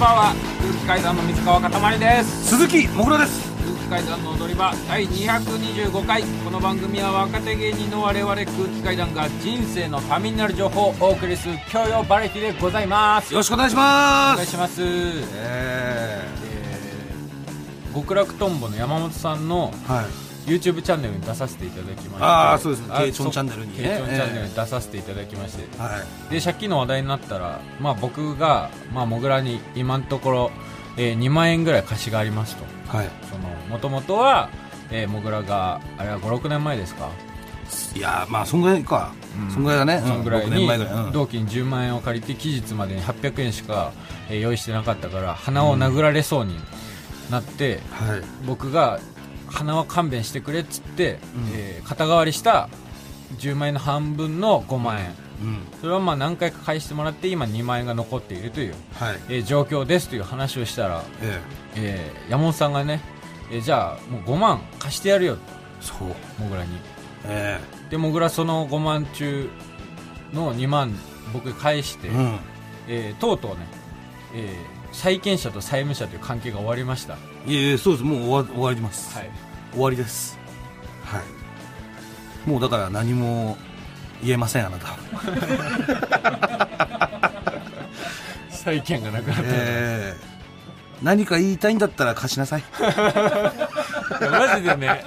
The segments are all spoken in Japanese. パーは空気階段の水川かたまりです鈴木もぐらです空気階段の踊り場第225回この番組は若手芸人の我々空気階段が人生のためになる情報をお送りする教養バラエティでございますよろしくお願いしおま願いすします、ええー極楽とんぼの山本さんのえはい YouTube チャンネルに出させていただきましてあーそうですねあケイチョンチャンネルにねケイチョンチャンネルに出させていただきまして、はいで借金の話題になったら、まあ、僕が、まあ、もぐらに今のところ、えー2万円ぐらい貸しがありますとはいもともとは、えー、もぐらがあれは56年前ですか、いやーまあそんぐらいか、うんそんぐらいだねそのぐらいうん6年に前ぐらい、うん同期に10万円を借りて期日までに800円しか、えー用意してなかったから鼻を殴られそうになって、はい僕が鼻は勘弁してくれっつって、うんえー肩代わりした10万円の半分の5万円うんそれはまあ何回か返してもらって今2万円が残っているという、はいえー状況ですという話をしたら、ええー山本さんがね、えーじゃあもう5万貸してやるよえそうもぐらにえでもぐらその5万中の2万僕返しえて、うんえーとうとうね、えー債権者と債務者という関係が終わりました、いえいえそうですもう終わ終わります、終わりですはいもうだから何も言えませんあなた債権がなくなった、 ええ何か言いたいんだったら貸しなさいいやマジでね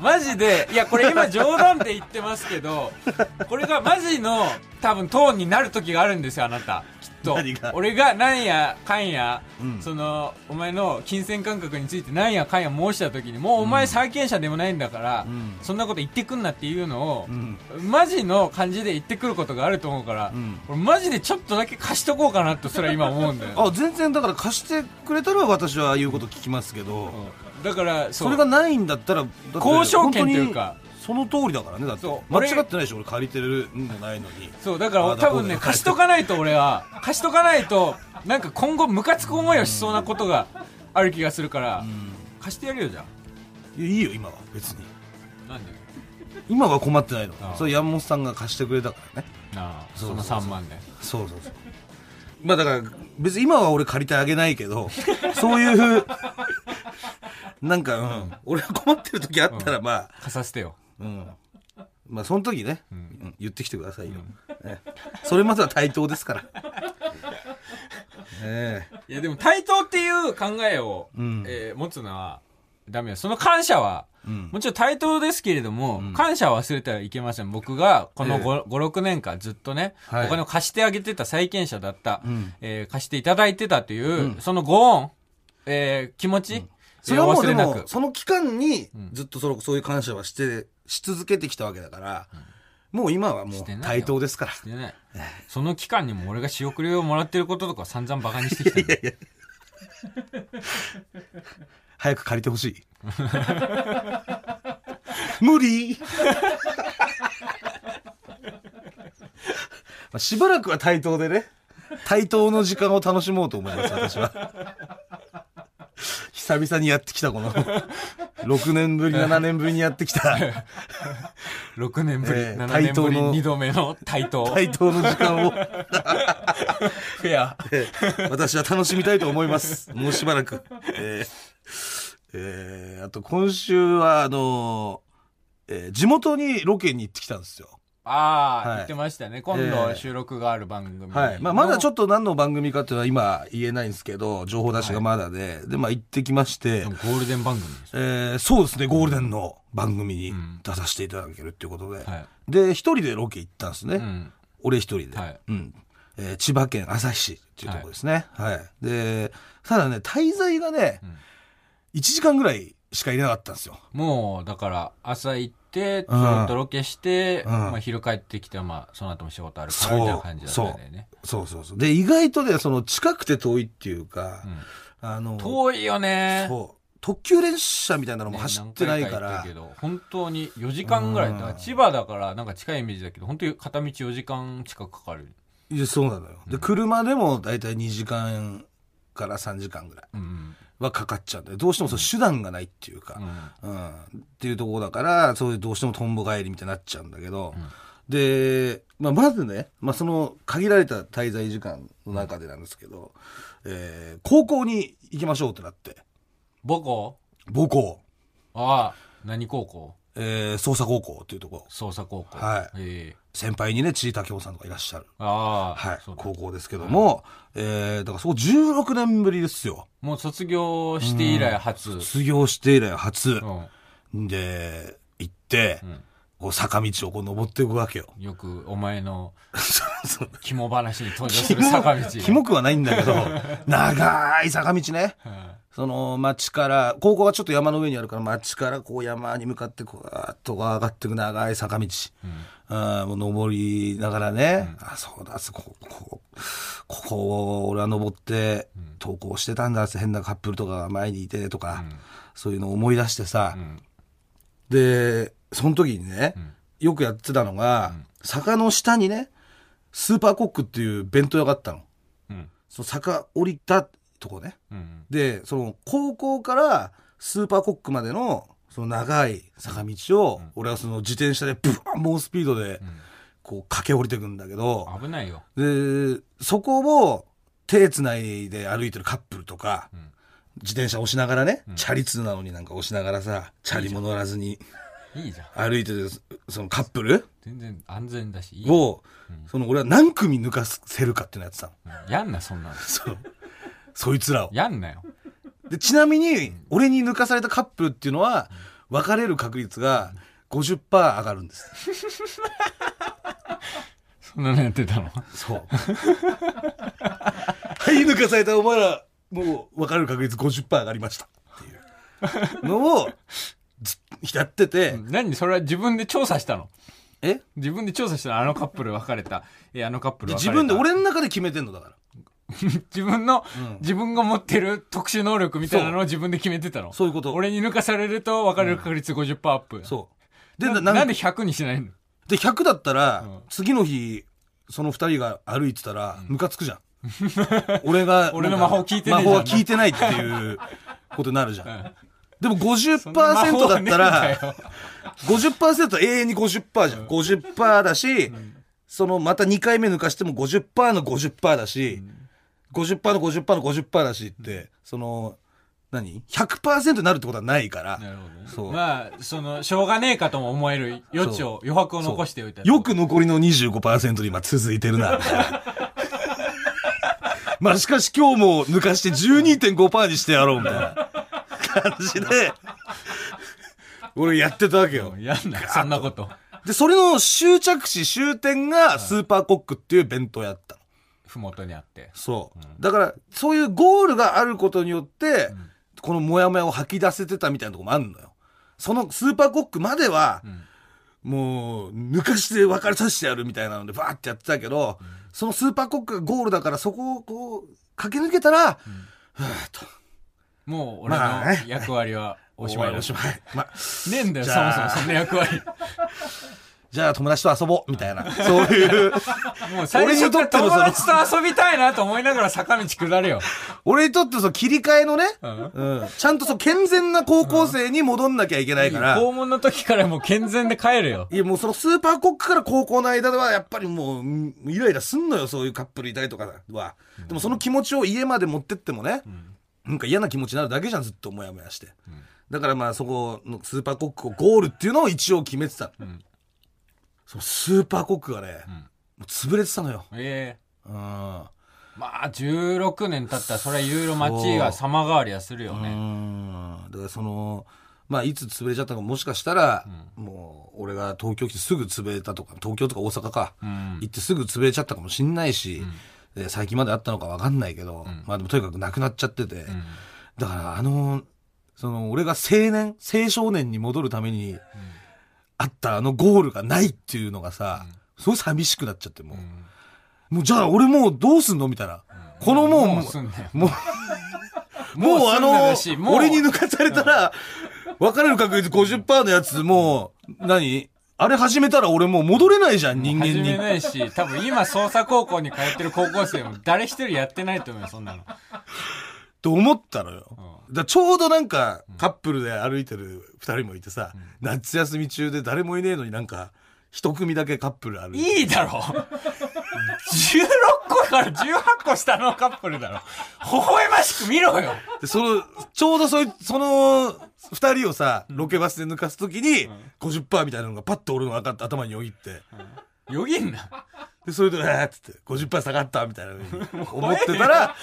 マジでいやこれ今冗談で言ってますけどこれがマジの多分トーンになる時があるんですよあなたきっと何が俺がなんやかんや、うんそのお前の金銭感覚についてなんやかんや申した時にもうお前債権者でもないんだから、うんそんなこと言ってくんなっていうのを、うんマジの感じで言ってくることがあると思うから、うん俺マジでちょっとだけ貸しとこうかなとそれは今思うんだよあ全然だから貸してくれたら私は言うこと聞きますけど、うんだからそうれがないんだったらだって交渉権というか本当にその通りだからねだってそう間違ってないでしょ俺借りてるんじゃないのにそう、だかあらーだ多分ね、こうだ貸しとかないと俺は、貸しとかないと、なんか今後ムカつく思いをしそうなことがある気がするから、貸してやるよじゃいやいいよ今は別にあ。なんで今は困ってないのああそれ山本さんが貸してくれたからねなあ、そうそのそうそう3万ね。そうそうそうまあだから別に今は俺借りてあげないけ どそういうなんか、うん俺が困ってる時あったらまあ、貸させてよ。うんまあその時ね、うん言ってきてくださいよ、ねそれまでは対等ですからええいやでも対等っていう考えを、んえー持つのはダメよ。その感謝は、うんもちろん対等ですけれども、感謝は忘れてはいけません。僕がこのええ5、6年間ずっとね、はいお金を貸してあげてた債権者だった、んえー貸していただいてたという、うんそのご恩、えー気持ち、それはもえーう忘でれなもく、。その期間にんずっとそのそういう感謝はして、し続けてきたわけだから、もう今はもしてないうよ対等ですから。でね、その期間にも俺が仕送りをもらってることとか散々バカにしてきた の早く借りてほしい。 無理 まあしばらくは対等でね、対等の時間を楽しもうと思います、私は。 久々にやってきた、この、6年ぶり、7年ぶりにやってきた。 6年ぶり、7ええ年ぶ対り、等の2度目の対等。 対等の時 間を、フェア。ええ私は楽しみたいと思 います。もうしばらく。ええええあと今週は、あのええ地元にロケに行ってきたんですよ。ああ、はい言ってましたね。今え度え収録がある番組。はい。まあ、まだちょっっと何の番組かっていうのは今言えないんですけど、情報出しがまだで、で、まあ行ってきまして、ゴールデン番組です。ええそうですね、ゴールデンの番組にうん出させていただけるっていうことで、はい。で、一人でロケ行ったんですね。うん。俺一人で、はいうんえー千葉県旭市っていうところですね、はいでただね滞在がね、ん1時間ぐらいしかいなかったんですよもう、だから、朝行って、ずうんっとロケして、うんまあ、昼帰ってきて、まあ、その後も仕事あるから、みたいな感じだったんだよね。そうそうそうで意外とねその近くて遠いっていうか、あの遠いよね。そう特急列車みたいなのもね走ってないか何回ら、言ったけど本当に4時間ぐらいだからうん千葉だからなんか近いイメージだけど本当に片道4時間近くかかるいやそうなのよで車でも大体2時間から3時間ぐらいうんはかかっちゃうんでどうしてもその手段がないっていうか、うんうん、っていうところだからそういうどうしてもトンボ帰りみたいになっちゃうんだけど、で、まあ、まずね、まあ、その限られた滞在時間の中でなんですけど、えー高校に行きましょうってなって母校母校、ああ、何高校えー、捜査高校っていうところ捜査高校。はいええ先輩にねちいたきょうさんとかいらっしゃる、ああ、はいそう、だ高校ですけども、えー、だからそこ16年ぶりですよもう卒業して以来初。うん。卒業して以来初う、んで行って、こう坂道をこう登っていくわけよ よくお前のそうそう肝話に登場すキるモ坂道。キモくはないんだけど長い坂道ねうんその町から高校がちょっと山の上にあるから町からこう山に向かってこうガーッと上がっていく長い坂道、うんあーもう登りながらね、あそうだそこここここを俺は登ってうん投稿してたんだって変なカップルとかが前にいてとか、うんそういうのを思い出してさう、んでその時にね、うんよくやってたのが、うん坂の下にねスーパーコックっていう弁当屋があったのうんその坂降りたとこねうんでその高校からスーパーコックまでのその長い坂道を、うん俺はその自転車でブワーン猛スピードでうんこう駆け下りてくんだけど、危ないよ。でそこを手つないで歩いてるカップルとかうん自転車押しながらね、うんチャリ通なのになんか押しながらさチャリも乗らずにいいじゃん。歩いてるそのカップル全然安全だし、いいよ。を、その俺は何組抜かせるかっていうのやってたの。うんやんな、そんなの。そうそいつらをやんなよ。でちなみに俺に抜かされたカップルっていうのは別れる確率が50%上がるんですそんなのやってたの。 そう はい抜かされたお前らもう別れる確率50%上がりましたっていうのをずっとやってて、何それは自分で調査したのえで自分で調査したのあのカップル別れた。え、あのカップル別自れた。分で俺の中で決めてんのだから自分の、うん自分が持ってる特殊能力みたいなのを自分で決めてたの。そういうこと俺に抜かされると別れる確率50%アップ。そうででなななんなんでで100にしないの100だったら、うん次の日その2人が歩いてたらムカつくじゃん 俺が俺の魔法聞いてねえじゃん魔法は聞いてないっていうことになるじゃん、うんでもそ50%んな魔法だったねえらんだよ50%永遠に50%じゃん、50%だし、そのまた2回目抜かしても50%の50%だし、50%の50%の50%だしって、その何100%になるってことは ないから、なるほどねそうまあ、その、しょうがねえかとも思える余地を、余白を残しておいた。よく残りの25%に今続いてるなみた いなまあしかし今日も抜かして12.5%にしてやろうみたいな感じで俺やってたわけようん。やんな、そんなこと。で、それの終着地、終点がスーパーコックっていう弁当やったの。ふもとにあって。そう。だから、そういうゴールがあることによって、んこのモヤモヤを吐き出せてたみたいなとこもあるのよ。そのスーパーコックまでは、んもう、抜かして別れさせてやるみたいなので、バーってやってたけど、そのスーパーコックがゴールだから、そこをこう、駆け抜けたら、ふーっと、もう、俺まあねの役割はおしまいおしまい。い。まあ、ねえんだよ、じそもそゃあもそんな役 割。じゃあ友達と遊ぼう、みたいな。そういう。もう最初から友俺にとっても達と遊びたいなと思いながら坂道下れよ。俺にとってその切り替えのね、うん うん、ちゃんとそう健全な高校生に戻んなきゃいけないから、訪問の時からもう健全で帰るよ。いやもうそのスーパーコックから高校の間ではやっぱりもううんイライラすんのよそういうカップルいたりとかは、でもその気持ちを家まで持ってってもね、なんか嫌な気持ちになるだけじゃんずっとモヤモヤして、だからまあそこのスーパーコックをゴールっていうのを一応決めてた、んそのスーパーコックがね、んもう潰れてたのよ、ええうんまあ、16年経ったら、それはいろいろ街が様変わりはするよね。うんだからそのまあいつ潰れちゃったのかもしかしたら、もう俺が東京来てすぐ潰れたとか東京とか大阪か、うん行ってすぐ潰れちゃったかもしんないし、で最近まであったのか分かんないけど、まあでもとにかくなくなっちゃってて、うんだからあのその俺が青年青少年に戻るためにあったあのゴールがないっていうのがさ、すごい寂しくなっちゃってもう、んもうじゃあ俺もうどうすんのみたいな、このもうもうすんだよ。もうもうもうあ済んだらしいもの、う俺に抜かされたら、別れる確率50%のやつ、もう、何あれ始めたら俺もう戻れないじゃん、人間始めに。ないし、多分今、捜査高校に通ってる高校生も誰一人やってないと思うよ、そんなの。と思ったのよ。うだちょうどなんか、カップルで歩いてる二人もいてさ、夏休み中で誰もいねえのになんか、一組だけカップルある。いいだろ16個から18個下のカップルだろ微笑ましく見ろよで、その、ちょうどそい、その、二人をさ、ロケバスで抜かすときに、50%みたいなのがパッと俺の頭頭によぎって、よぎんなで、それで、えーっつって、50%下がったみたいなのに思 ってたら、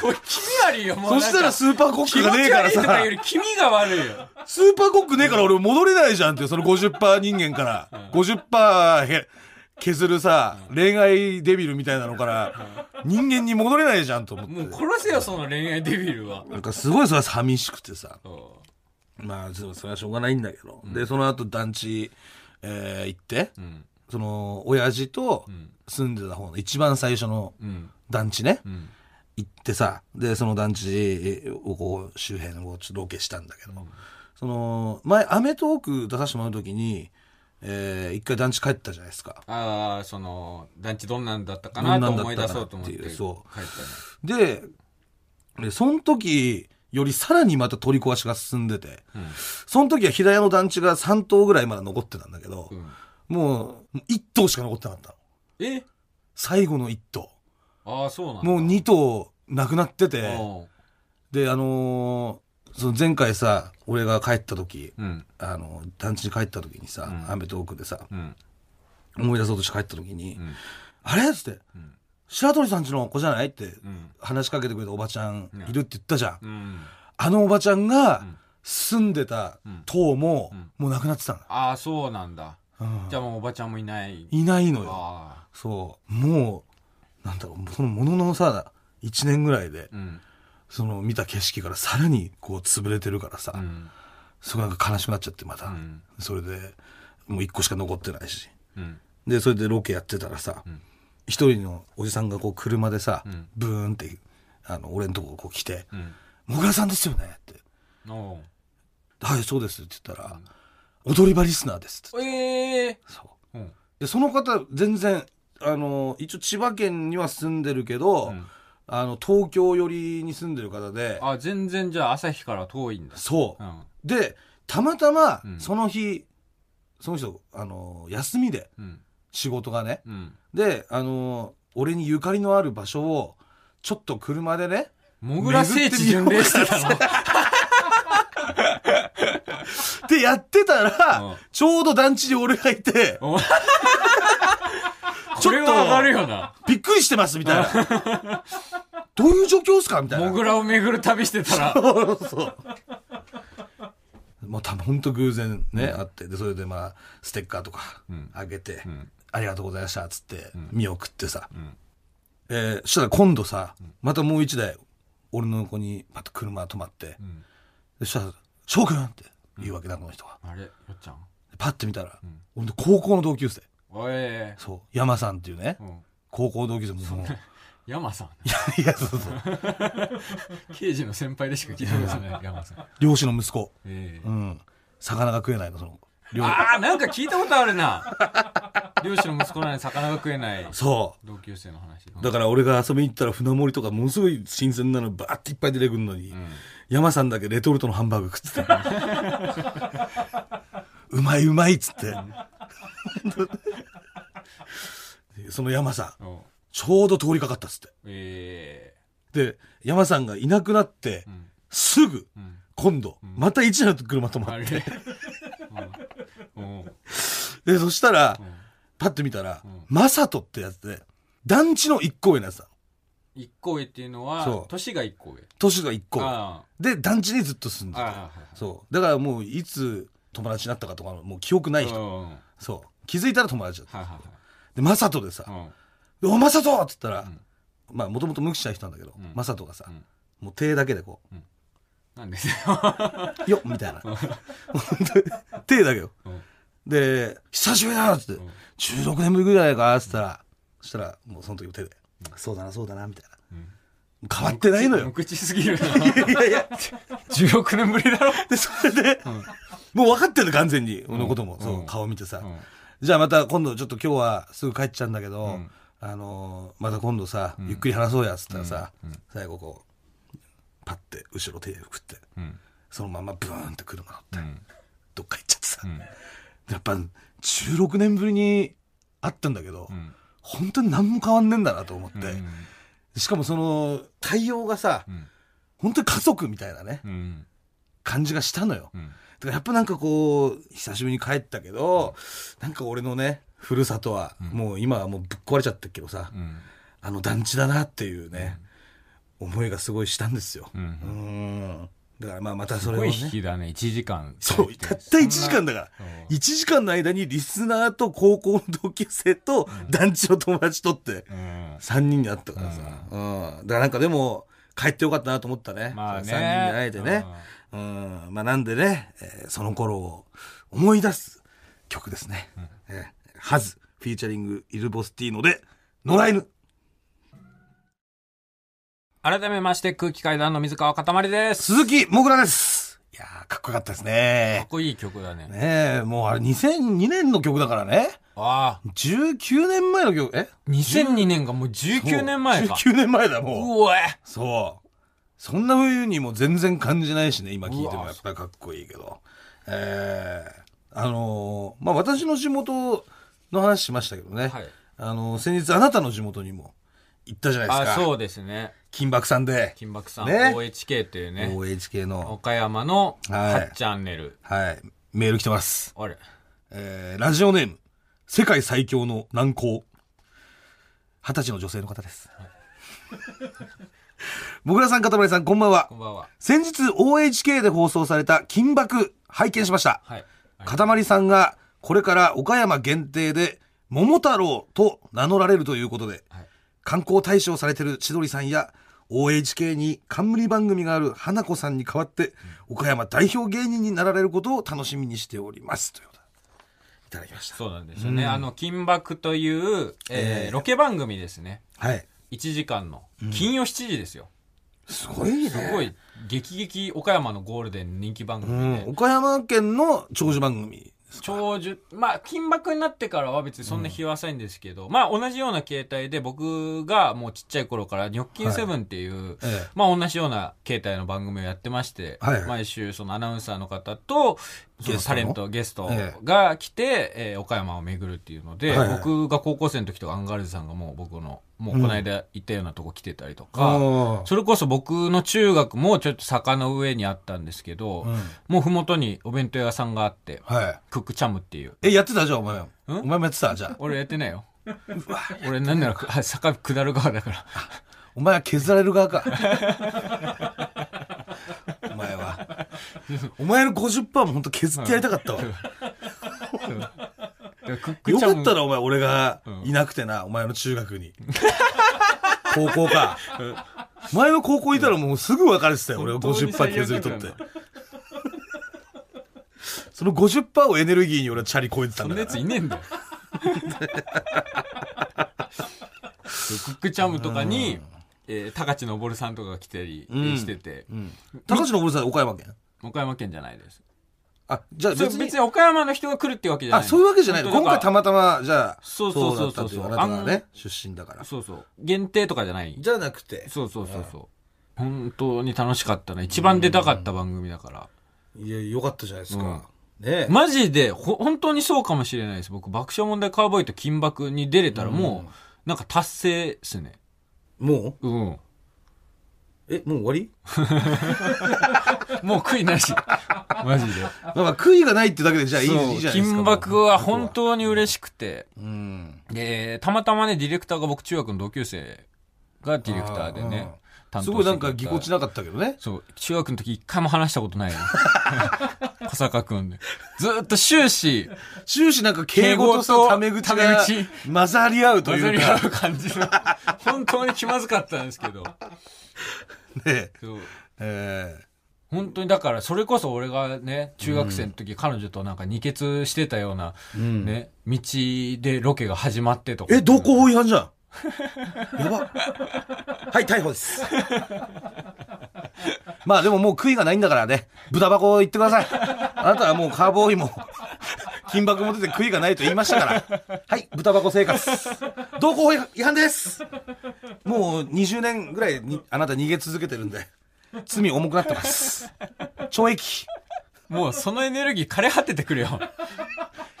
これ気味悪いよもうなそんかしたらスーパーコッ気ク持がねえちか悪らいとかさよ、り気味が悪いよスーパーコックねえから俺戻れないじゃんって、その50%人間から、50%へ削るさ、恋愛デビルみたいなのから、人間に戻れないじゃんと思もっうて。殺せよその恋愛デビルはなんかすごいそれは寂しくてさ。そまあ、そそれはしょうがないんだけど。で、その後団地、えー行って、ううんその、親父とん住んでた方の一番最初のうん団地ね、うん行ってさ、で、その団地をこう、周辺をちょっとロケしたんだけど、その、前、アメトーーク出させてもらうときに、えー一回団地帰ったじゃないですか。ああその団地どんなんだったかなと思い出そうと思ってど帰んなんだったかっなっていうたそねで、でその時よりさらにまた取り壊しが進んでて、うんその時は平屋の団地が3棟ぐらいまだ残ってたんだけど、うんもう、1棟しか残ってなかったの。え最後の1棟。ああそうなんだもう2棟なくなってて、おうで、あのーその前回さ、俺が帰った時、うんあの、団地に帰った時にさ、うんアメトークでさ、うん思い出そうとして帰った時に、うんあれっつって、うん白鳥さんちの子じゃないってうん話しかけてくれたおばちゃんうんいるって言ったじゃん。うんあのおばちゃんがうん住んでたうん塔も、うんもうなくなってたんだ。ああそうなんだうんじゃあもうおばちゃんもいないいないのよ。あそう。もう、なんだろう、そのもののさ、1年ぐらいであ、うんその見た景色からさらにこう潰れてるからさ、うんすごいなんか悲しくなっちゃってまた、うんそれでもう一個しか残ってないしうんでそれでロケやってたらさうん一、人のおじさんがこう車でさ、うんブーンってあの俺のとここう来てうん「もぐらさんですよね」っておう「はいそうです」って言ったら「踊り場リスナーです」ってええそううんでその方全然あの一応千葉県には住んでるけど、うんあの東京寄りに住んでる方であ全然じゃあ朝日から遠いんだそうう、んでたまたまうんその日、その人あの休みでうん仕事がねうんであの俺にゆかりのある場所をちょっと車でねもぐら聖地巡礼してたのってやって たら、うんちょうど団地に俺がいてお前ちこれょっは上がるとよなびっくりしてますみたいな どういう状況ですかみたいなもぐらを巡る旅してたらそうそう。まあ、たぶんと偶然ね、あって、で、それでまあ、ステッカーとかうん、あげて、んありがとうございました、つって、ん見送ってさ、んえーしたら今度さ、またもう一台、俺の横に、また車止まって、うんでそしたら、翔くんって言うわけだ、この人が。あれよっちゃんでパッて見たら、ん俺の高校の同級生。おいそう、山さんっていうね、うん高校の同級生ももう、山さんいや、そうそう、刑事の先輩でしか聞いたことない山さん漁師の息子。ええうん。魚が食えないの、その、漁ああなんか聞いたことあるな 漁師の息子なのに魚が食えないそう。同級生の話だから俺が遊びに行ったら船盛りとかものすごい新鮮なのバーっていっぱい出てくるのに、山さんだけレトルトのハンバーグ食ってた。うまいうまいっつって。その山さん、うんちょうど通りかかったっつっえて。で、山さんがいなくなってえ、うんすぐ、うん今度、また一台の車止まあ っれて。うんうんで、そしたらう、んパッて見たらうん、マサトってやつで、団地の一個上のやつだ。一個上っていうのそはう年が一個上年が一個上。あで、団地にずっと住んあでて。あそう。だからもう、いつ友達になったかとか、もう記憶なあいうん人。うんはいそう。気づいたら友達だった。はいはで、マサトでさい、うんお、マサトって言ったらん、まあ、もともと無口な人なんだけどん、マサトがさうん、もう手だけでこなんです よ う、よっみたいな。手だけようん。で、久しぶりだなってってん、 16年ぶりぐらいかって言ったら、そしたら、もうその時も手で、そうだな、そうだな、みたいな。変わってないの無よ。口すぎるない やいや、 16年ぶりだろで、それで、もう分かってる完全に、俺のことも、うんそうう、ん顔見てさ、うんじゃあまた今度ちょっと今日はすぐ帰っちゃうんだけど、うんあのーまた今度さ、ゆっくり話そうやっつったらさ、最後こう、パッて後ろ手振って、うんそのままブーンって車乗って、うんどっか行っちゃってさ、やっぱ16年ぶりに会ったんだけど、うん本当に何も変わんねえんだなと思って、うんしかもその対応がさうん本当に家族みたいなねうん感じがしたのよ、うんうんだからやっぱなんかこう久しぶりに帰ったけど、なんか俺のねふるさとは、うんもう今はもうぶっ壊れちゃったけどさ、うんあの団地だなっていうね、思いがすごいしたんですよ、ううんんだからまあまたすそれをごねい引きだね1時間そうたった1時間だからそんな1時間の間にリスナーと高校の同級生と団地の友達とってうん3人に会ったからさ、うんだからなんかでも帰ってよかったなと思ったね,、まあね3人に会えてね、うんまあ、なんでね、えーその頃を思い出す曲ですね。えーハズ、フィーチャリング、イルボスティーノで、野良犬。改めまして空気階段の水川かたまりです鈴木もぐらです。いやー、かっこよかったですかっね。こいい曲だねねえ、もうあれ2002年の曲だからね。ああ19年前の曲、え2002年がもう19年前か19年前だ、もう。うわえそう。そんな風にも全然感じないしね、今聞いてうもわやっぱりかっこいいけど。えー、あのーまあ、私の地元の話しましたけどね。はいあの、先日あなたの地元にも行ったじゃないですあか。そうですね金箔さんで、金箔さん、ね OHK というね OHK の、岡山のはい8チャンネル、はい、メール来てます。あれえー、ラジオネーム、世界最強の難攻。二十歳の女性の方です。 もぐらさん、かたまりさん、こんばんはこん。ばんは先日 OHK で放送された金箔、拝見しました。はいかたまりさんが、これから岡山限定で、桃太郎と名乗られるということで、はい観光大使をされてる千鳥さんや OHK に冠番組がある花子さんに代わって岡山代表芸人になられることを楽しみにしておりますということでいただきましたそうなんですよね、あの金箔という、えーロケ番組ですねはい1時間の金曜7時ですよ、すごいねすごい激激岡山のゴールデン人気番組うで、ん、岡山県の長寿番組ですか長寿まあ金箔になってからは別にそんな日は浅いんですけど、まあ同じような形態で僕がもうちっちゃい頃から「ニョッキンセブン」っていう、えまあ同じような形態の番組をやってまして、はいはい毎週そのアナウンサーの方と、そゲのストのタレント、ゲストええが来て、えー岡山を巡るっていうので、はいはい僕が高校生の時とかアンガールズさんがもう僕の、もうこの間行ったようなとこ来てたりとか、あそれこそ僕の中学もちょっと坂の上にあったんですけど、うんもうふもとにお弁当屋さんがあって、あはいクックチャムっていう。えやってたじゃあお前もお前もやってたじゃあ俺やってないよ。俺なんならくあ坂下る側だから。お前は削られる 側かお前はお前の50%も本当削ってやりたかったわ、クックよチかャム。ったらお前俺がいなくてな、お前の中学 に。高校か。前の高校いたらもうすぐ別れてたよ、俺を本当に50%削り取って最悪。その50%をエネルギーに俺はチャリ超えてたそんんなだやかつら。いねえんだよ。クックチャムとかに、えー、高知のぼるさんとかが来たりえーしてて、うん高知の俺さん岡山県岡山県じゃないです。あ、じゃあそれ別に。別に岡山の人が来るってわけじゃあ、ないの。そういうわけじゃない。本当今回だかたまたま、じゃあ、そうそうそうそうだったっていうあなたがあねの、出身だからら。そうそう。限定とかじゃない。じゃなくて。そうそうそうそう。本当に楽しかったな。一番出たかった番組だから。いや、よかったじゃないですか。ねマジで、ほ、本当にそうかもしれないです。僕、爆笑問題カーボーイと金箔に出れたらもう、なんか達成っすね。もうん。もうえ、もう終わり う悔いなし。マジで。まあまあ、悔いがないってだけで、じゃあいいいいそうじゃないですか。金箔は本当に嬉しくて。うん。で、たまたまね、ディレクターが僕、中学の同級生がディレクターでね、担当してすごいなんかぎこちな。なかったけどね。そう、中学の時一回も話したことないよ。 小坂くんで。ずーっと終始、終始なんか敬語とさ敬語とタメ口タメが口混ざり合うと混ざいうり合か、う感じの、本当に気まずかったんですけど。ねそうえ本当にだからそれこそ俺がね中学生の時彼女となんか二血してたような、ね道でロケが始まってとかーえ、道交法違反じゃん。やば。はい、逮 捕です。まあでももう悔いがないんだからね、豚箱行ってください。あなたはもうカーボーイも、金箔も出て悔いがないと言いましたから。はい、豚箱生活。道交法違反です。もう20年ぐらいにあなた逃げ続けてるんで、罪重くなってます。懲役。 もうそのエネルギー枯れ果ててくるよ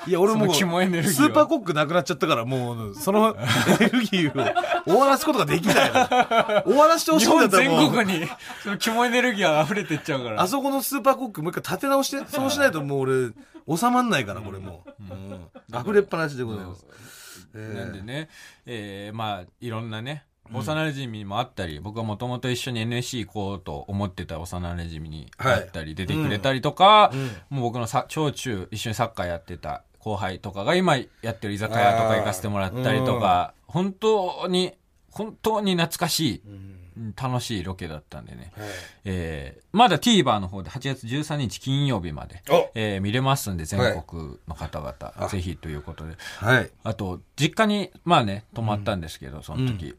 いや俺もうそスの肝エネルギーはーパーコックなくなっちゃったからもうその エネルギーを終わらすことができないの終わらしてほし日いん本だったらも全 う国に、その肝エネルギーが溢れてっちゃうから。あそこのスーパーコックもう一回立て直してそうしないともう俺収まんないからこれもう、うん、溢れっぱなしでございます、えなんでね、えーまあ、いろんなね、幼馴染にもあったり、僕はもともと一緒に NSC 行こうと思ってた幼馴染にあったり、出てくれたりとか、もう僕のさ小中一緒にサッカーやってた後輩とかが今やってる居酒屋とか行かせてもらったりとか、本当に、本当に懐かしい、うん楽しいロケだったんでね。えーまだ TVer の方で8月13日金曜日まで、おえー見れますんで、全国の方々、ぜひということで。はいあと、実家に、まあね、泊まったんですけど、その時。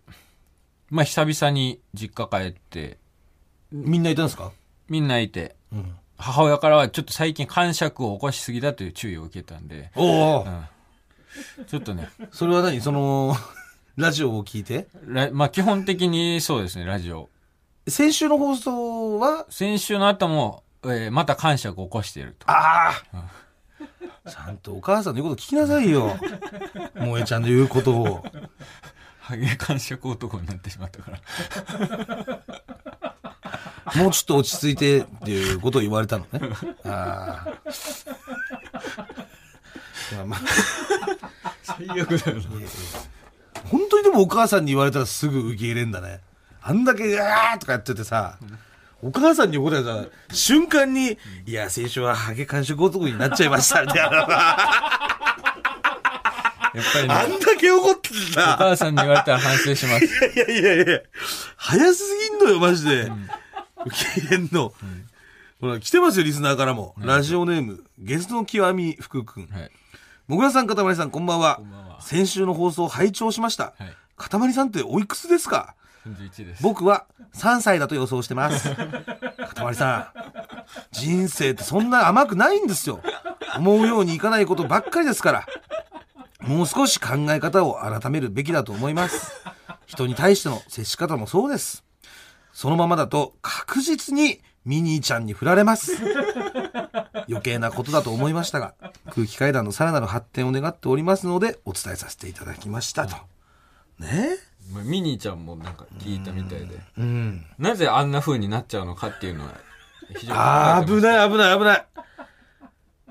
まあ、久々に実家帰って、みんないたんですか、みんないて、うん、母親からはちょっと最近感触を起こしすぎだという注意を受けたんで、おお、ちょっとね、 それは何その ラジオを聞いてらまあ、基本的にそうですね、ラジオ。先週の放送は先週の後も、えーまた感触を起こしていると。ああちゃんとお母さんの言うこと聞きなさいよ萌えちゃんの言うことをハゲ 感触男になってしまったから。もうちょっと落ち着いてっていうことを言われたのね。ああ。まあまあ、最悪だよな。本当にでもお母さんに言われたらすぐ受け入れんだね。あんだけ、うわーとかやっててさ、お母さんに怒られたら、瞬間に、いや、先週はハゲ完食男になっちゃいましたみたいな。やっぱりあね、んだけ怒ってておさ、母さんに言われたら反省します。いやいやいや、早すぎんのよ、マジで。受け入れんの。ほら、来てますよ、リスナーからも。ラジオネーム、ゲストの極み福君。はい。もぐらさん、かたまりさん、こんばんは。んばんは先週の放送、拝聴しました。はいかたまりさんっておいくつですか41です。僕は3歳だと予想して ます。かたまりさん、人生ってそんな甘くないんですよ。思うようにいかないことばっかりですから。もう少し考え方を改めるべきだと思います。人に対しての接し方もそうです。そのままだと確実にミニーちゃんに振られます。余計なことだと思いましたが、空気階段のさらなる発展を願っておりますので、お伝えさせていただきましたと。ねまあミニーちゃんもなんか聞いたみたいで。えうん。なぜあんな風になっちゃうのかっていうのは、非常に考えてあまあ、す危ない危ない危ない。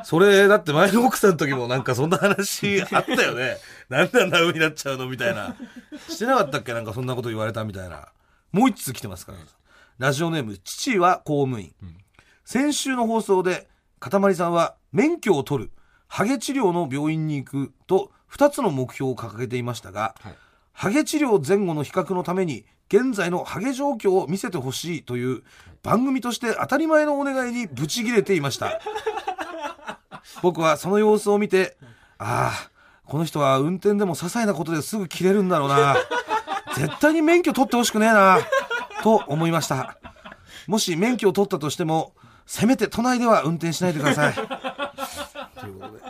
それ、だって前の奥さんの時もなんかそんな話 あったよね。なんであんな風になっちゃうのみたいな。してなかったっけなんかそんなこと言われたみたいな。もう一通来てますから。ラジオネーム、父は公務員。先週の放送で、かたまりさんは免許を取る、ハゲ治療の病院に行くと、二つの目標を掲げていましたが、はいハゲ治療前後の比較のために現在のハゲ状況を見せてほしいという番組として当たり前のお願いにブチギレていました僕はその様子を見てああこの人は運転でも些細なことですぐ切れるんだろうな絶対に免許取ってほしくねえなと思いましたもし免許を取ったとしてもせめて都内では運転しないでくださいということで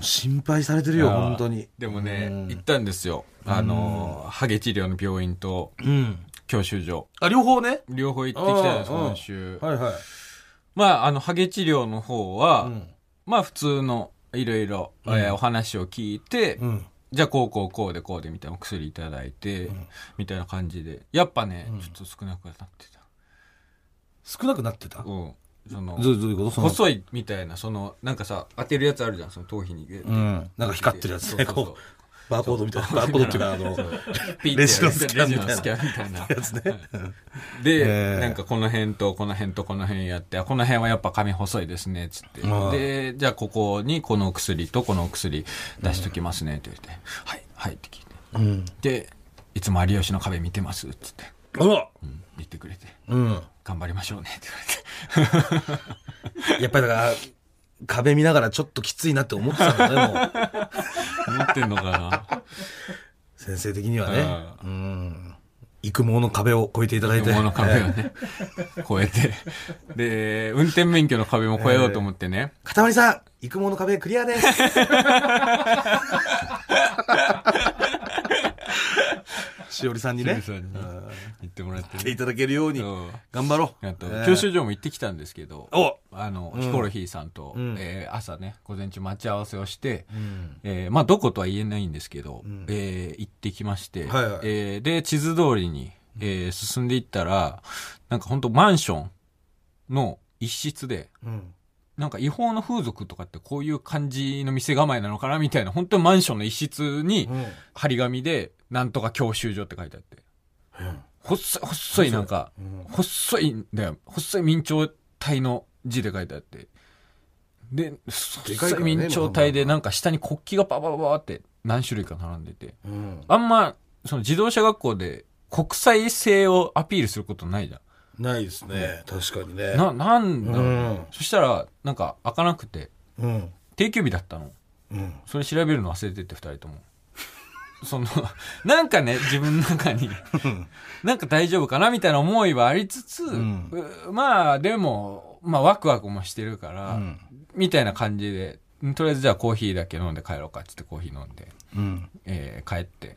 心配されてるよいやー本当にでもね、行ったんですよ。あのー、ハゲ治療の病院とうん教習所。あ両方ね両方行ってきたんです、あー今週。はいはい。まあ、あの、ハゲ治療の方は、んまあ、普通の、いろいろ、えーお話を聞いて、ん。じゃあ、こう、こう、こうで、こうで、みたいなお薬いただいて、みたいな感じで。やっぱね、ちょっと少なくなって少なくなってたた。うん。その、どうどういうことその。細いみたいな、その、なんかさ、当てるやつあるじゃん、その頭皮に。うん。なんか光ってるやつね。そうそうそう こう、バーコードみたいな。バーコードっていうか、あの、ピッて レジのスキャンみたいレジなのスキャンみたいな。やつね。で、えーなんかこの辺とこの辺とこの辺やって、あこの辺はやっぱ髪細いですね、つってうん。で、じゃあここにこの薬とこの薬出しときますね、って言って、はい、はいって聞いうん。て。で、いつも有吉の壁見てます、つって、あらうん言ってくれて、うん。頑張りましょうね、ってやっぱりだから、壁見ながらちょっときついなって思ってたのね、もう。言われて。思ってんのか先生的にはね。なうん。育毛の壁を越えていただいて。雲の壁をね、越えて。で、運転免許の壁も越えようと思ってね。かたまりさん、育毛の壁クリ アです。しおりさんにねしおりさんにうん言ってもらって来ねていただけるようにうん頑張ろうあと、えー教習所も行ってきたんですけど、おあの、うんヒコロヒーさんと、うんえー朝ね、午前中待ち合わせをして、うんえーまあ、どことは言えないんですけど、うんえー行ってきまして、はいはいえーで、地図通りに、えー進んでいったら、なんか本当マンションの一室で、うんなんか違法の風俗とかってこういう感じの店構えなのかなみたいな、本当マンションの一室にうん張り紙で、なんとか教習所って書いてあって、細い、細いなんか、うん細いんだよ。細い明朝体の字で書いてあって。で、でかい細かいらね明朝体でなんか下に国旗がパパパパって何種類か並んでて。うんあんま、その自動車学校で国際性をアピールすることないじゃないですね確かにねん。な、なんだろうね、うんそしたら、なんか開かなくて、うん定休日だったの。うんそれ調べるの忘れてて、二人とも。 その、なんかね、自分の中に、 なんか大丈夫かなみたいな思いはありつつ、んうまあ、でも、まあ、ワクワクもしてるかうら、んみたいな感じで、とりあえずじゃあコーヒーだけ飲んで帰ろうかってってコーヒー飲んで、うんえー帰って。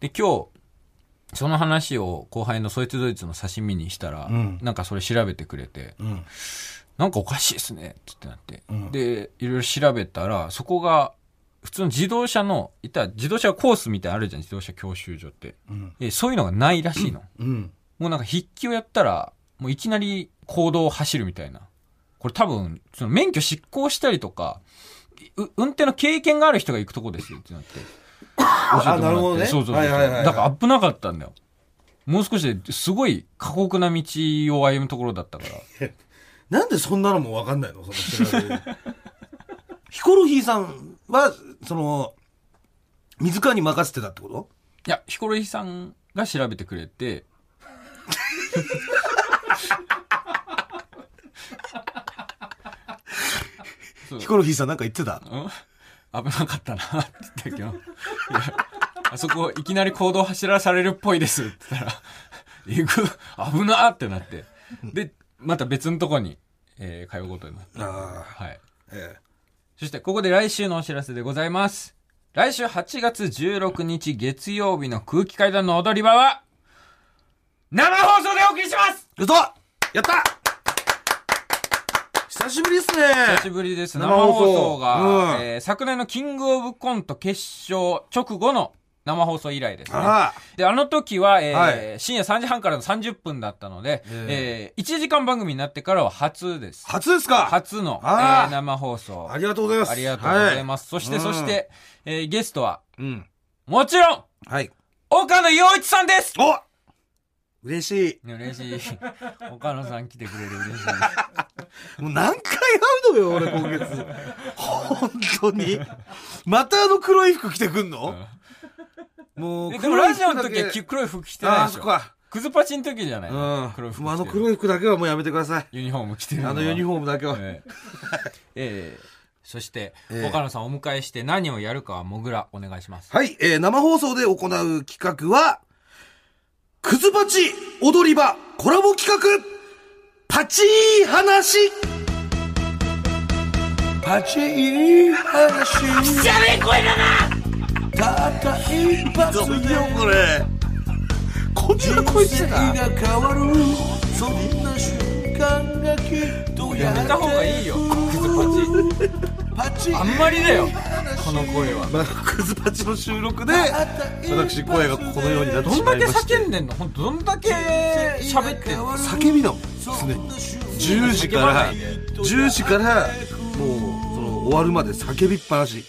で、今日、その話を後輩のそいつドイツの刺身にしたら、うんなんかそれ調べてくれて、うんなんかおかしいっすねってってなって、うんでいろいろ調べたらそこが普通の自動車のいったら自動車コースみたいなのあるじゃん自動車教習所ってうんえそういうのがないらしいの、うんもうなんか筆記をやったらもういきなり行動を走るみたいなこれ多分その免許執行したりとかう運転の経験がある人が行くとこですよってなって教えてもらってなるほどねそうそうそう、はいはいはいはいだから危なかったんだよもう少しですごい過酷な道を歩むところだったからなんでそんなのも分かんないのその調べヒコロヒーさんはその水川に任せてたってこといや、ヒコロヒーさんが調べてくれて。そうヒコロヒーさんなんか言ってたうん危なかったなって言ったけどいや、あそこいきなり行動走らされるっぽいですって言ったら、行く、危なってなって。で、また別のとこに、えー通うことになって。ああ、はい。ええそしてここで来週のお知らせでございます。来週8月16日月曜日の空気階段の踊り場は、生放送でお送りしますやったやった久しぶりですね久しぶりです。生生放放送送が、うんえー昨年のキングオブコント決勝直後の生放送以来ですね。あで、あの時は、えーは深夜3時半からの30分だったので、ええー1時間番組になってからは初ですあ。初ですか初の、えあーー生放送。ありがとうございますありがとうございまます。はいそして、そして、えーゲストは、す、はい、うんもちろんはい岡野陽一さんですお嬉し嬉しい。 岡野さん来てくれる嬉しい。いもう何回会うのよ俺今月本当にまたあの黒い服着てくんの、もうでもラジオの黒時い服だはけ黒い服着てあないあでそしっょ。かクズパチの時じゃないうんも黒い服着てうあの黒い服だけはもうやめてくださいユニフォーム着てるあのユニフフォームだけは、ええええそして、ええ岡野さんをお迎えして何をやるかはもぐらお願いします。はい、えー生放送で行う企画は、くずパチ踊り場コラボ企画、パチいい話パチいい話やべえ声だなたった一発でこれこんな声してたが変わるそんな瞬間がきっとやめた方がいいよ、クズパパチチ。あんまりだよ、この声は。まあ、クズパチの収録で、私声がこのようになってどしんまだいけまして。叫んでんのほんとどんだけ喋ってんの叫びの、常に。10時から、10時から、もう、その、終わるまで叫びっぱなし。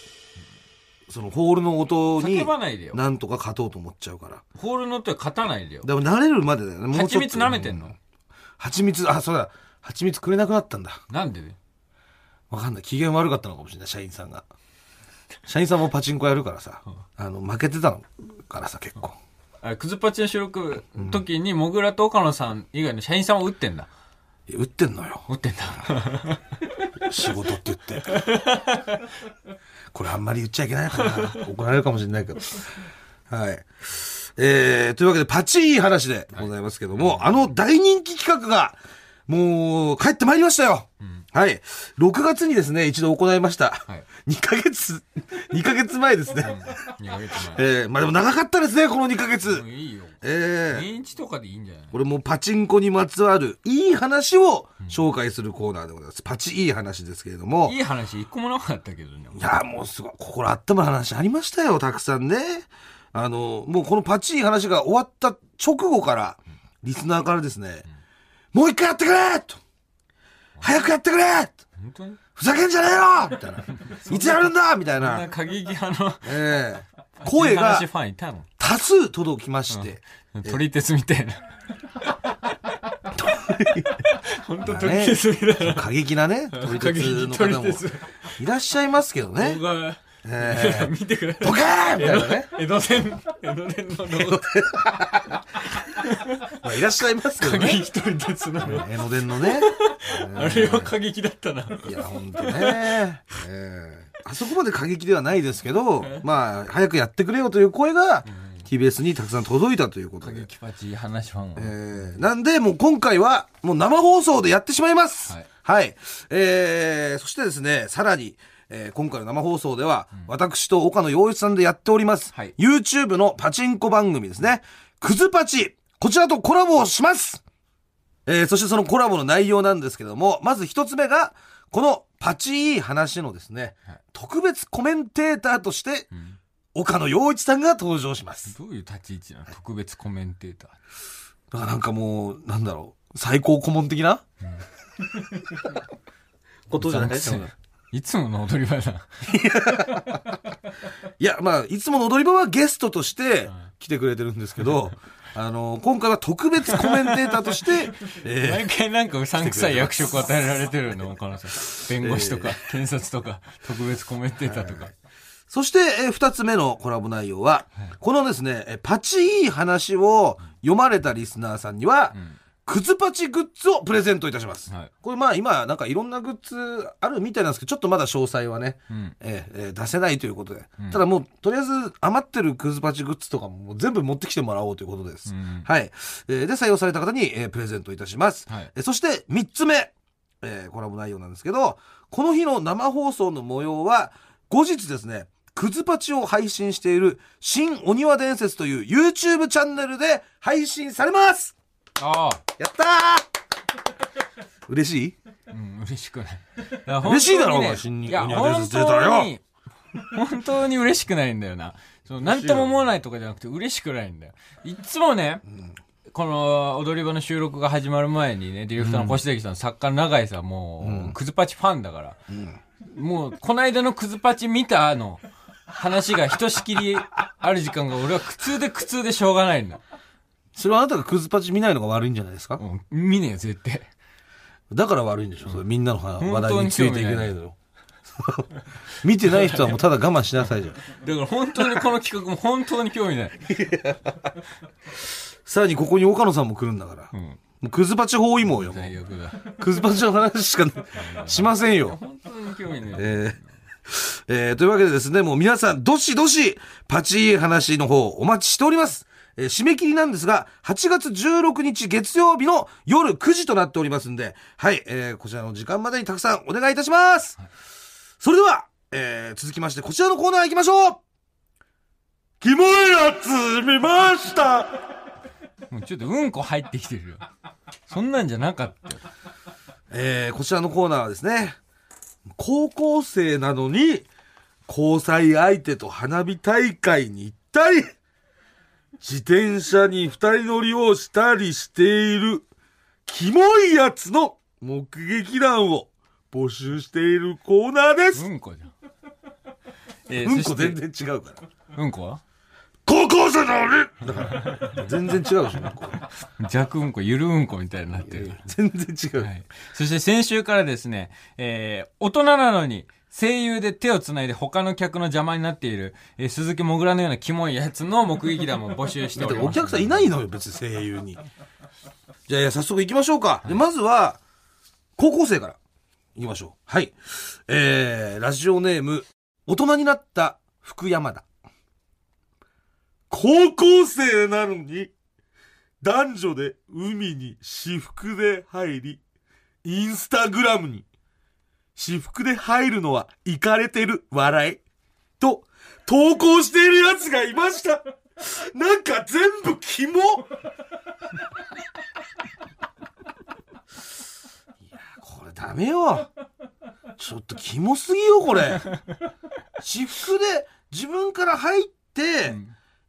その、ホールの音に叫、ばないでよ。なんとか勝とうと思っちゃうから。ホールの音は勝たないでよ。でも慣れるまでだよね。もう蜂ちょっと蜜舐めてんの蜂蜜、あ、そうだ。蜂蜜くれなくなったんだ。なんでわかんない。機嫌悪かったのかもしれない、社員さんが。社員さんもパチンコやるからさ、あの、負けてたのからさ、結構。あクズパチの収録の時に、モグラと岡野さん以外の社員さんを打ってんだ。いや打ってんのよ。打ってんだ。仕事って言って。これあんまり言っちゃいけないかな。怒られるかもしれないけど。はい。えー、というわけで、パチいい話でございますけども、あの大人気企画が、もう、帰ってまいりましたよ。はい。6月にですね、一度行いました。はい2ヶ月、2ヶ月前ですね。 2ヶ月前 えー、まあでも長かったですね、この2ヶ月もう。いいよえー、年一とかでいいんじゃないこれもうパチンコにまつわるいい話を紹介するコーナーでございます。パチいい話ですけれども。いい話一個もなかったけどねいや、もうすごい、心温まる話ありましたよ、たくさんね。あの、もうこのパチいい話が終わった直後から、リスナーからですね、もう一回やってくれと早くやってくれ本当にふざけんじゃねえよみたいな。いつやるんだみたいそんなな。過激派のええい声がい話ファンいたの多数届きまして。撮り鉄みたいな。 本当撮り鉄みたいな。過激なね、取り鉄の取方りも鉄。いらっしゃいますけどね僕。が、ええ見てください。ポケーみたいなね。江戸線、江戸線のロゴまあ、いらっしゃいますけど過ね。激取り鉄なの。江ノ電のね。あれは過激だったな。いや、ほんとね。ええあそこまで過激ではないですけど、まあ、早くやってくれよという声が TBS にたくさん届いたということ過で。激パチ話ファンは。えーなんで、もう今回は、もう生放送でやってしまいます。ははいい。えーそしてですね、さらに、えー今回の生放送では、私と岡野陽一さんでやっております、はい YouTube のパチンコ番組ですね、クズパチ、こちらとコラボをしますえーそしてそのコラボの内容なんですけれども、まず一つ目が、このパチいい話のですね、はい特別コメンテーターとして、ん岡野陽一さんが登場します。どういう立ち位置なの特別コメンテータだからなんかもう、なんだろう、最高顧問的な、ことじゃないですうざくー。いつもの踊り場だ。いや、まあ、いつもの踊り場はゲストとして来てくれてるんですけ ど、あの、今回は特別コメンテーターとして、え毎回なんかうさんくさい役職与えられてる の、岡野さん。弁護士とか、検察とか、特別コメンテーターとか。ーそして、えー二つ目のコラボ内容は、このですね、えーパチいい話を読まれたリスナーさんには、クズパチグッズをプレゼントいたします。はいこれまあ今なんかいろんなグッズあるみたいなんですけど、ちょっとまだ詳細はね、うんえーえー出せないということで、ただもうとりあえず余ってるクズパチグッズとかももう全部持ってきてもらおうということです。うんはい。えーで、採用された方に、えープレゼントいたします。はいえーそして、3つ目、えーコラボ内容なんですけど、この日の生放送の模様は、後日ですね、クズパチを配信している、新お庭伝説という YouTube チャンネルで配信されますああ。やったー嬉しいうん、嬉しくない。や嬉しいだ本当にろねお前新いや、日本本伝説出たよ当に、本当に嬉しくないんだよな。その、なんとも思わないとかじゃなくて嬉しくないんだよ。いっつもね、この踊り場の収録が始まる前にね、ディレクターの越崎さん、作家の永井さん、もう、クズパチファンだから、もう、この間のクズパチ見たの話がひとしきりある時間が俺は苦痛で苦痛でしょうがないんだ。それはあなたがクズパチ見ないのが悪いんじゃないですか、うん、見ねえよ、絶対。だから悪いんでしょそれみんなの話本話当題ににつ興味ないいていけないのよ。 見てない人はもうただ我慢しなさいじゃん。だから本当にこの企画も本当に興味 ない。さらにここに岡野さんも来るんだから。うもん。うクズパチ包囲網よ。も大欲だ。うクズパチの話しかしませんよ。本当に興味ない。えーえーというわけでですね、もう皆さん、どしどし、パチいい話の方、お待ちしております。えー締め切りなんですが、8月16日月曜日の夜9時となっておりますんで、はい、えーこちらの時間までにたくさんお願いいたします。それでは、えー続きまして、こちらのコーナー行きましょうキモいやつ見ましたもうちょっとうんこ入ってきてるよ。そんなんじゃなかったよ。えーこちらのコーナーはですね、高校生なのに、交際相手と花火大会に行ったり、自転車に二人乗りをしたりしている、キモいやつの目撃談を募集しているコーナーです。うんこじゃん。えーうんそこして全然違うから。うんこは高校生なのにだから、全然違うでしょ、うんこ弱うんこ、ゆるうんこみたいになってる。全然違う。はい。そして先週からですね、えー大人なのに、声優で手をつないで他の客の邪魔になっている、えー鈴木もぐらのようなキモいやつの目撃談も募集してだおかりらます。お客さんいないのよ別に声優にじゃあいや早速行きましょうか、でまずは高校生から行きましょうはいえー、ラジオネーム大人になった福山だ高校生なのに男女で海に私服で入りインスタグラムに私服で入るのは、イカれてる、笑い。と、投稿している奴がいました。なんか全部キモいや、これダメよ。ちょっとキモすぎよ、これ。私服で自分から入って、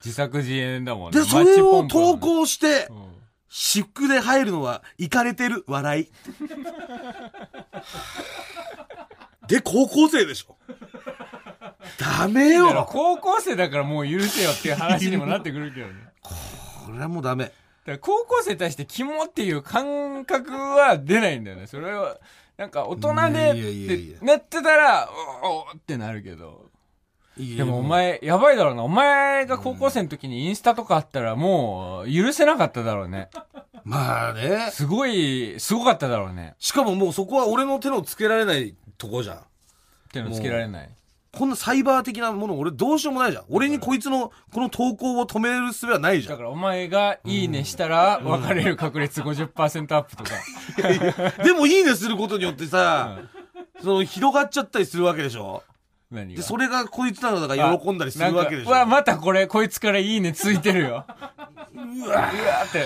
自作自演だもんね。で、それをマッチポ投ンポン稿して、だね。うん私服で入るのは、イカれてる笑い。で、高校生でしょ。ダメだからよ。高校生だからもう許せよっていう話にもなってくるけどね。これはもうダメ。だから高校生に対してキモっていう感覚は出ないんだよね。それは、なんか大人でいやいやいやってなってたら、おーおーってなるけど。でもお前、やばいだろうな。お前が高校生の時にインスタとかあったらもう許せなかっただろうね。まあね。すごい、すごかっただろうね。しかももうそこは俺の手のつけられないとこじゃん。っていうのつけられない。こんなサイバー的なもの俺どうしようもないじゃん。俺にこいつのこの投稿を止める術はないじゃだん。からお前がいいねしたら別れる確率50%アップとか。でもいいねすることによってさ、その広がっちゃったりするわけでしょ。何で、がそれがこいつなのだから喜んだりするわけでしょ。あなんかうわ、またこれ、こいつからいいねついてるよ。うわ、って。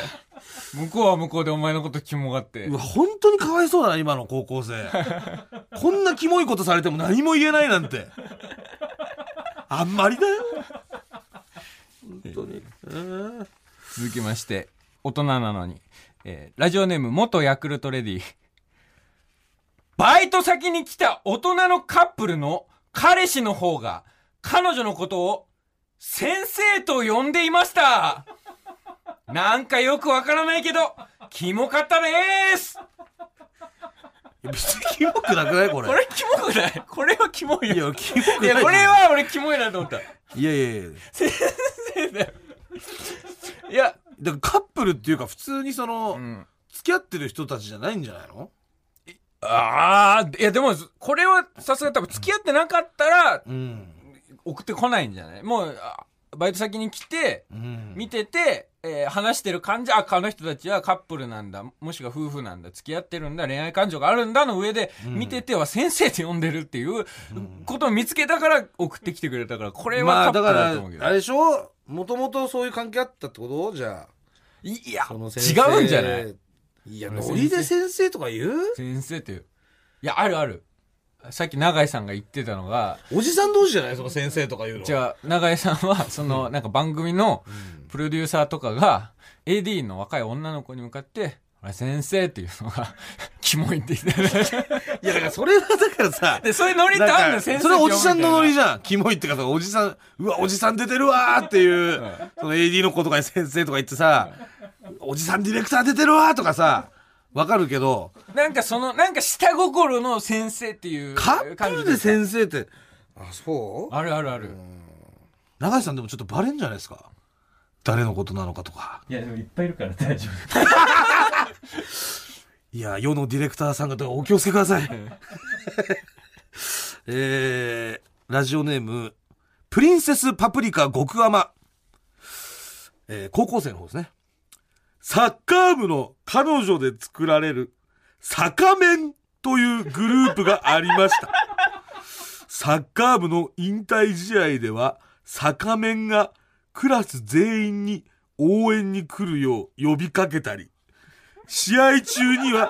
向こうは向こうでお前のことキモがってうわ。本当にかわいそうだな、今の高 校生。こんなキモいことされても何も言えないなんて。あんまりだよ。本当に。えー続きまして、大人なのに。えーラジオネーム、元ヤクルトレディ。バイト先に来た大人のカップルの彼氏の方が、彼女のことを、先生と呼んでいましたなんかよくわからないけど、キモかったです別にキモくなくないこれ。これキモくないこれはキモいよ。いや、キモくないい。や、これ。は俺キモいなと思った。 いやいやいや。先生だよ。いや、だからカップルっていうか普通にその、ん付き合ってる人たちじゃないんじゃないのああ、いやでも、これはさすがに多分付き合ってなかったらうん。送ってこないんじゃないもう、あバイト先に来て、見てて、えー話してる感じ、あ、この人たちはカップルなんだ、もしくは夫婦なんだ、付き合ってるんだ、恋愛感情があるんだの上で、見てては先生って呼んでるっていうことを見つけたから送ってきてくれたから、これまはあカッだプかルだと思うけど。ら、あれでしょもともとそういう関係あったってことじゃあ。いや、その先生違うんじゃないいや、ノリで先生とか言う先生っていう。いや、あるある。さっき永井さんが言ってたのが、おじさん同士じゃないその先生とか言うの。じゃあ、永井さんは、その、なんか番組のプロデューサーとかが、AD の若い女の子に向かって、ほら先生っていうのが、 キモいって言ってた。いや、だからそれはだからさ、 で、そういうノリってなんあかるの先生それはおじさんのノリじじゃん。キモいってかさ、おじさん、うわ、おじさん出てるわーっていう、んその AD の子とかに先生とか言ってさ、おじさんディレクター出てるわーとかさ、わかるけど、ゃん。なんかその、なんか下心の先生っていうカ感じップルで先生って、あ、そうあるあるある。永井さんでもちょっとバレんじゃないですか誰のことなのかとか。いや、でもいっぱいいるから大丈夫。 いや、世のディレクターさん方お気をつけくだ さい。えー、ラジオネーム、プリンセスパプリカ極甘。えー、高校生の方ですね。サッカー部の彼女で作られる、サカメンというグループがありました。サッカー部の引退試合では、サカメンがクラス全員に応援に来るよう呼びかけたり、試合中には、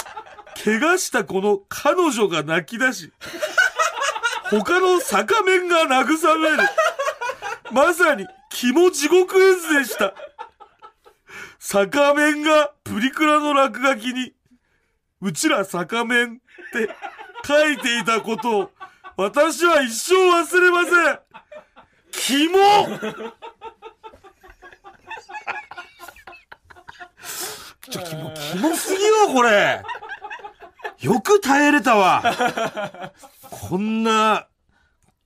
怪我したこの彼女が泣き出し、他の坂面が慰める。まさに、肝地獄絵図でした。坂面がプリクラの落書きに、うちら坂面って書いていたことを、私は一生忘れません。肝ちょ、肝、肝すぎよ、これ。よく耐えれたわ。こんな、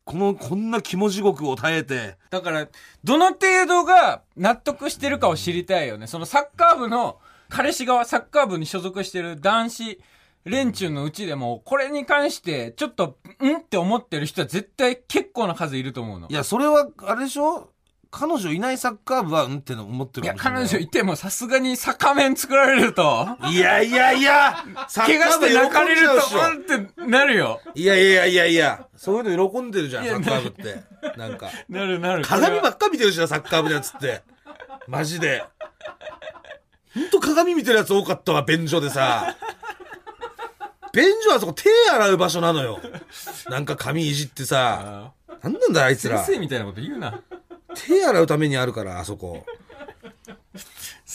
この、こんな肝地獄を耐えて。だから、どの程度が納得してるかを知りたいよね。そのサッカー部の、彼氏側、サッカー部に所属してる男子連中のうちでも、これに関して、ちょっと、んって思ってる人は絶対結構な数いると思うのい。や、それは、あれでしょ彼女いないサッカー部はうんっての思ってるいかや、もしれな彼女いてもさすがに坂面作られると、いやいやいや、サ怪ッ我カーし部て泣かれる喜んじゃうっしょと、うんってなるよ。いやいやいやいや、そういうの喜んでるじゃん、いサやッカー部って。なんか。なるなる。鏡ばっか見てるしな、サッカー部のやつって。マジで。ほんと鏡見てるやつ多かったわ、便所でさ。便所はそこ手洗う場所なのよ。なんか髪いじってさ。あなんなんだよ、あいつ先ら。生みたいなこと言うな。手洗うためにあるから、あそこ。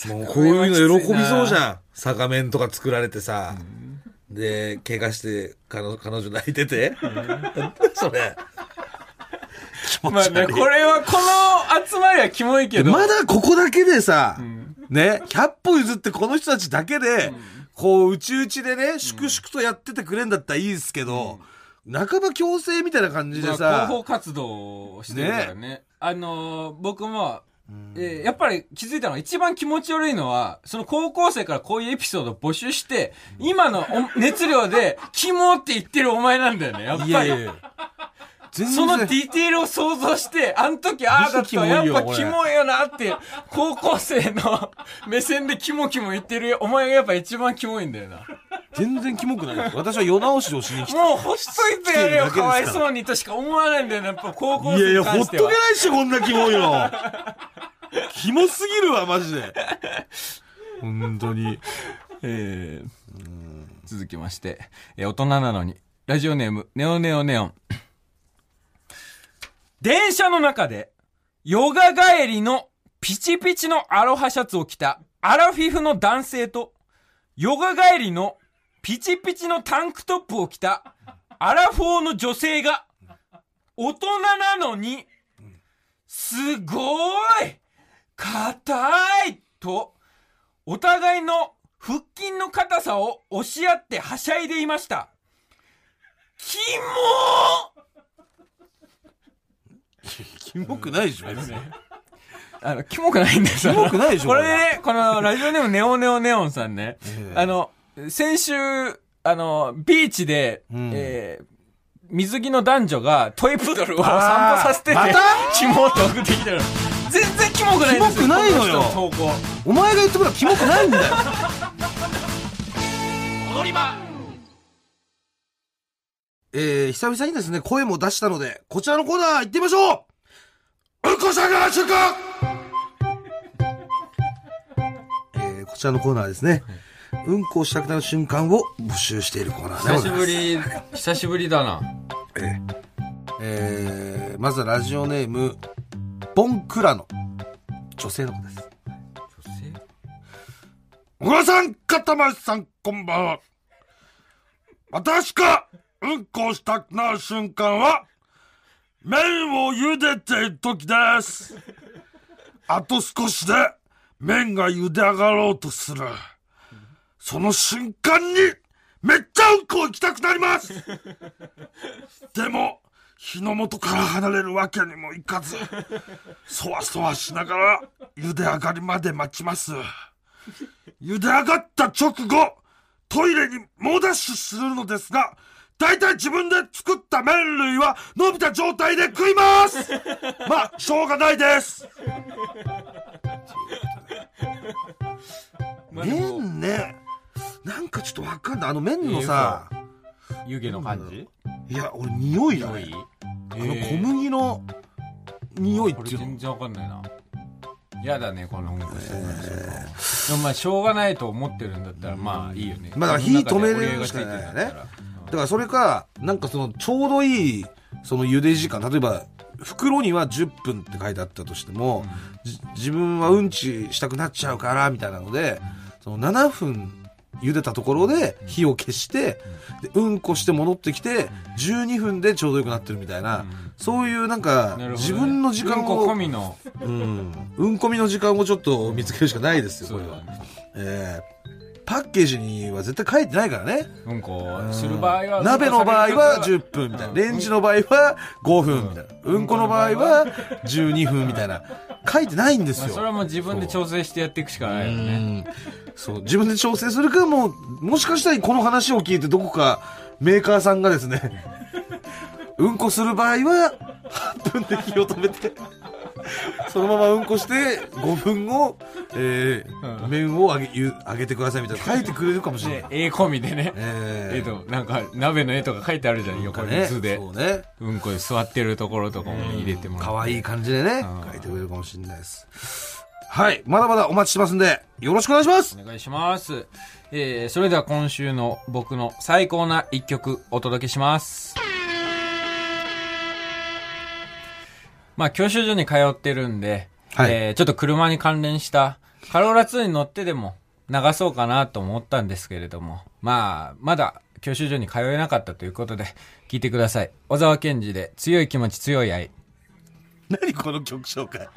もうこういうの喜びそうじゃん。坂面とか作られてさ。で、怪我して、彼女彼女泣いてて。なんだそれ。気ま持あちね、悪いこれは、この集まりはキモいけど。まだここだけでさ、んね、100歩譲ってこの人たちだけで、こう、うちうちでね、粛々とやっててくれんだったらいいですけど、半ば強制みたいな感じでまあさ、広報活動をしてるからね。あのー僕も、えーやっぱり気づいたのが一番気持ち悪いのは、その高校生からこういうエピソードを募集して、今のお 熱量で、キモって言ってるお前なんだよね、やっぱり。や。全然 そのディテールを想像して、あの時ああだった、やっぱキモいよなって、高校生の目線でキモキモ言ってるお前がやっぱ一番キモいんだよな。全然キモくないです。私は世直しをし に来て。もうほっといてやれよ、来てかるだわいけですからそうにとしか思わないんだよね、やっぱ高校いや生いにや、ほ関っしとてけなは。いっしょ、こんなキモいの。キモすぎるわ、マジで。本当に。えー続きまして、えー大人なのに、ラジオネーム、ネオネオネオン。電車の中で、ヨガ帰りのピチピチのアロハシャツを着たアラフィフの男性と、ヨガ帰りのピチピチのタンクトップを着たアラフォーの女性が、大人なのに、すごい硬いと、お互いの腹筋の硬さを押し合ってはしゃいでいました。キモキモくないでしょ、別に。ーあの、キモくないんですキモくないでしょこれね、このラジオネームネオネオネオンさんね。あの、先週、あの、ビーチで、んえー水着の男女がトイプードルを散歩させてて、またキモって送ってきてる。全然キモくないんですよ。キモくないのよこ人投稿。お前が言ってことはキモくないんだよ。踊り場えー、久々にですね、声も出したので、こちらのコーナー行ってみましょううんこ探しかえー、こちらのコーナーですね、うんこをしたくなる瞬間を募集しているコーナーで久ごしざいぶます。り、久しぶりだな。えー、まずはラジオネーム、ボンクラの女性の子です。小川さん、かたまりさん、こんばんは。私が、うんこをしたくなる瞬間は、麺を茹でている時です。あと少しで、麺が茹で上がろうとする。その瞬間に、めっちゃうんこ行きたくなります。でも、日の元から離れるわけにもいかず、そわそわしながら、茹で上がりまで待ちます。茹で上がった直後、トイレに猛ダッシュするのですが、大体自分で作った麺類は伸びた状態で食 いますまあ、しょうがないですまあでもね、なんかちょっとわかんない。あの麺のさ、湯気の感じいや、俺匂いだ匂いね。ああの小麦の匂いっこれていうの全。然わかんないな嫌だねこの音楽してもらう人でもまあしょうがないと思ってるんだったらまあいいよねまあだから火止めれるしか世の中でお礼がつてないよねんだったらだからそれか、なんかその、ちょうどいい、その茹で時間、例えば、袋には10分って書いてあったとしても、じ自分はうんちしたくなっちゃうから、みたいなので、その7分茹でたところで火を消して、でうんこして戻ってきて、12分でちょうどよくなってるみたいな、そういうなんなる、かほどね自分の時間うんを、こ込みのうん、うんこみの時間をちょっと見つけるしかないですよ、これはそうだ。えーパッケージには絶対書いてないからね。うんこする場合は鍋の場合は10分みたいな。レンジの場合は5分みたいな。うんこの場合は12分みたいな。書いてないんですまあよ。それはもう自分で調整してやっていくしかないようねんそう、自分で調整するか、もう、もしかしたらこの話を聞いてどこかメーカーさんがですね、うんこする場合は、8分で火を止めて、そのままうんこして5分後、えーうん麺をあげゆあげてくださいみたいなの書いてくれるかもしれねない、絵込みでね、えーえっとなんか鍋の絵とか書いてあるじゃん横にね図でそうねうんこで座ってるところとかも入れてもらって可愛い感じでねうん書いてくれるかもしれないですはいまだまだお待ちしてますんでよろしくお願い しますお願いします。えー、それでは今週の僕の最高な一曲お届けします。まあ、教習所に通ってるんで、はいえーちょっと車に関連した、カローラ2に乗ってでも流そうかなと思ったんですけれども、まあ、まだ教習所に通えなかったということで、聞いてください。小沢健二で、強い気持ち強い愛。何この曲紹介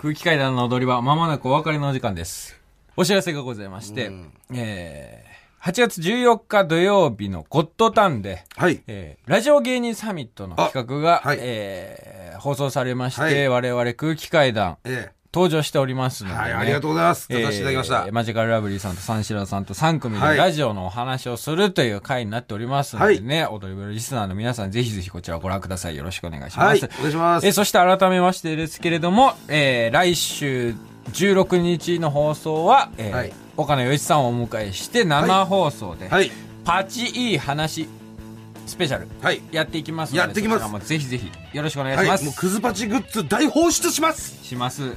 空気階段の踊り場、まもなくお別れのお時間です。お知らせがございまして、うんえー8月14日土曜日のゴッドタンで、はいえーラジオ芸人サミットの企画が、あはいえー放送されまして、はい我々空気階段え登場しておりますえので、ねはいありがとうございますえー出させていただきました、マジカルラブリーさんと三四郎さんと3組ではいラジオのお話をするという回になっておりますのでね、踊り部のリスナーの皆さんぜひぜひこちらをご覧ください。よろしくお願いします。はいお願いしますえーそして改めましてですけれども、えー来週16日の放送は、えーはい岡野陽一さんをお迎えして生放送で、はいパチいい話スペシャルはいやっていきますのでやっていきますそちらもぜひぜひよろしくお願いしまはす、い、もうクズパチグッズ大放出しますします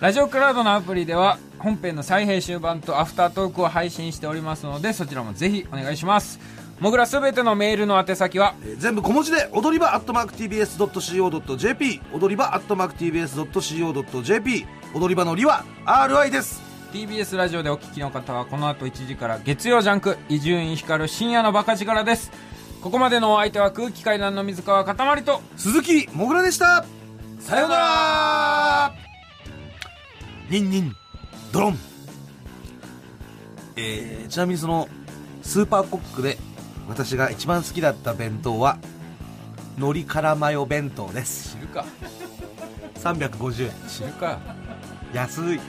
ラジオクラウドのアプリでは本編の再編集版とアフタートークを配信しておりますのでそちらもぜひお願いしますもぐらすべてのメールの宛先はえー全部小文字で踊り場 atmarktbs.co.jp 踊り場 atmarktbs.co.jp 踊り場のりは RI です TBS ラジオでお聞きの方はこの後1時から月曜ジャンク伊集院光る深夜のバカ力ですここまでのお相手は空気階段の水川かたまりと鈴木もぐらでしたさようならニンニンドロンえー、ちなみにそのスーパーコックで私が一番好きだった弁当はのりからマヨ弁当です知るか350円知るか安い